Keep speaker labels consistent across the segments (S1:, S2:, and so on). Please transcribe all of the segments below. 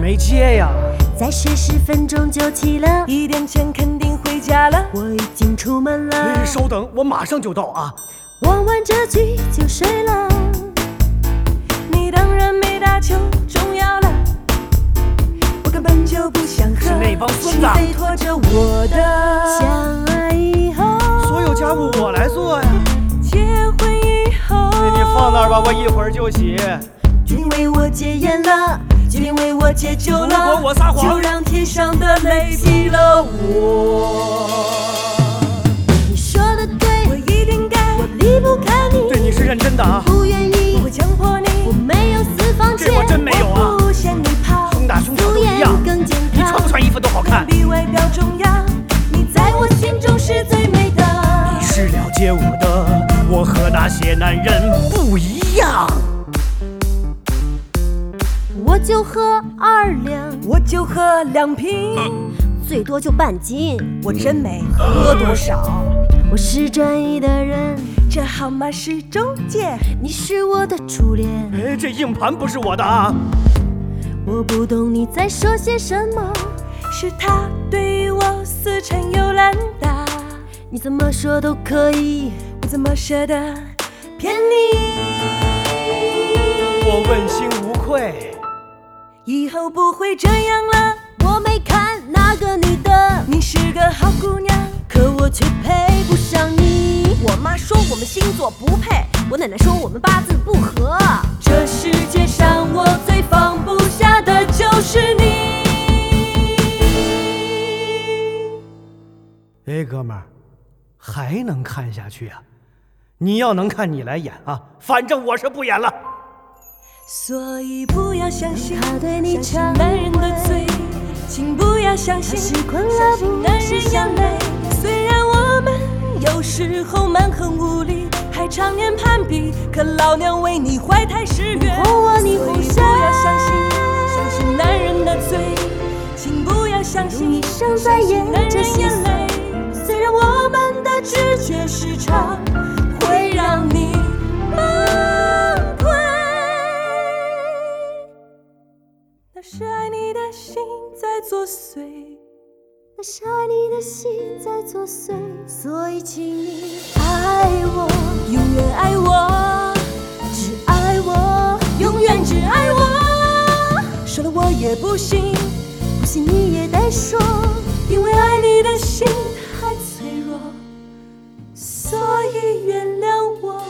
S1: 没接呀？
S2: 再睡十分钟就起了，
S3: 一点前肯定回家了。
S2: 我已经出门了
S1: 哎，。稍等，我马上就到啊！
S2: 玩完这局就睡了，
S3: 你当然没打球重要了，我根本就不想喝。
S1: 是那帮孙子
S3: 你非拖着我的。
S2: 相爱以后，
S1: 所有家务我来做呀。
S3: 结婚以后，
S1: 你放那儿吧，我一会儿就洗。
S3: 君为我解烟了，君为我解酒
S1: 如
S3: 了，
S1: 果我撒谎
S3: 就让天上的泪洗了我。
S2: 你说的
S3: 我
S2: 对，
S3: 一定该，
S2: 我离不开你，
S1: 对你是认真的啊，
S2: 不愿
S3: 我
S2: 意
S3: 会，强迫你，
S2: 我没有私房
S1: 这我
S2: 钱，
S1: 真没有啊
S3: 我。不嫌你胖，
S1: 胸大胸小
S2: 敷
S1: 都一样
S2: 衍，更健
S1: 你穿
S2: 康
S1: 不。穿衣服都好看。
S3: 比外表重要，你在我心中是最美的。
S1: 你是了解我的，我和那些男人不一样。
S2: 我就喝二两，
S3: 我就喝两瓶，
S2: 最多就半斤。
S3: 我真没喝多少。
S2: 我是专一的人，
S3: 这号码是中介，
S2: 你是我的初恋。
S1: 哎，这硬盘不是我的啊！
S2: 我不懂你在说些什么，
S3: 是他对我死缠又烂打，
S2: 你怎么说都可以。
S3: 我怎么舍得骗你？
S1: 我问心无愧。
S3: 以后不会这样了。
S2: 我没看那个女的，
S3: 你是个好姑娘，
S2: 可我却配不上你。
S3: 我妈说我们星座不配，
S2: 我奶奶说我们八字不合，
S3: 这世界上我最放不下的就是你。
S1: 哎，哥们儿，还能看下去啊？你要能看，你来演啊！反正我是不演了。
S3: 所以不要相信
S2: 他对你
S3: 相信
S2: 忏
S3: 男人的
S2: 悔
S3: 罪，请不要相信
S2: 他习惯了
S3: 相信
S2: 不
S3: 男
S2: 是
S3: 人
S2: 相
S3: 眼泪。虽然我们有时候蛮横无理，还常年攀比，可老娘为你怀胎十月。
S2: 哄我你
S3: 所
S2: 哄
S3: 以不
S2: 下
S3: 要相信相信男人的罪，请不要相信
S2: 一生在演
S3: 男
S2: 这
S3: 人
S2: 些
S3: 眼泪。虽然我们的直觉时常会让你崩溃，那是爱你的心在作祟。
S2: 那是爱你的心在作祟，所以请你爱我，
S3: 永远爱我，
S2: 只爱我，
S3: 永远只爱我。说了我也不信，
S2: 不信你也得说。
S3: 因为爱你的心太脆弱，所以原谅我，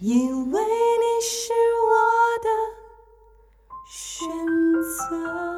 S3: 因为你是我的选择。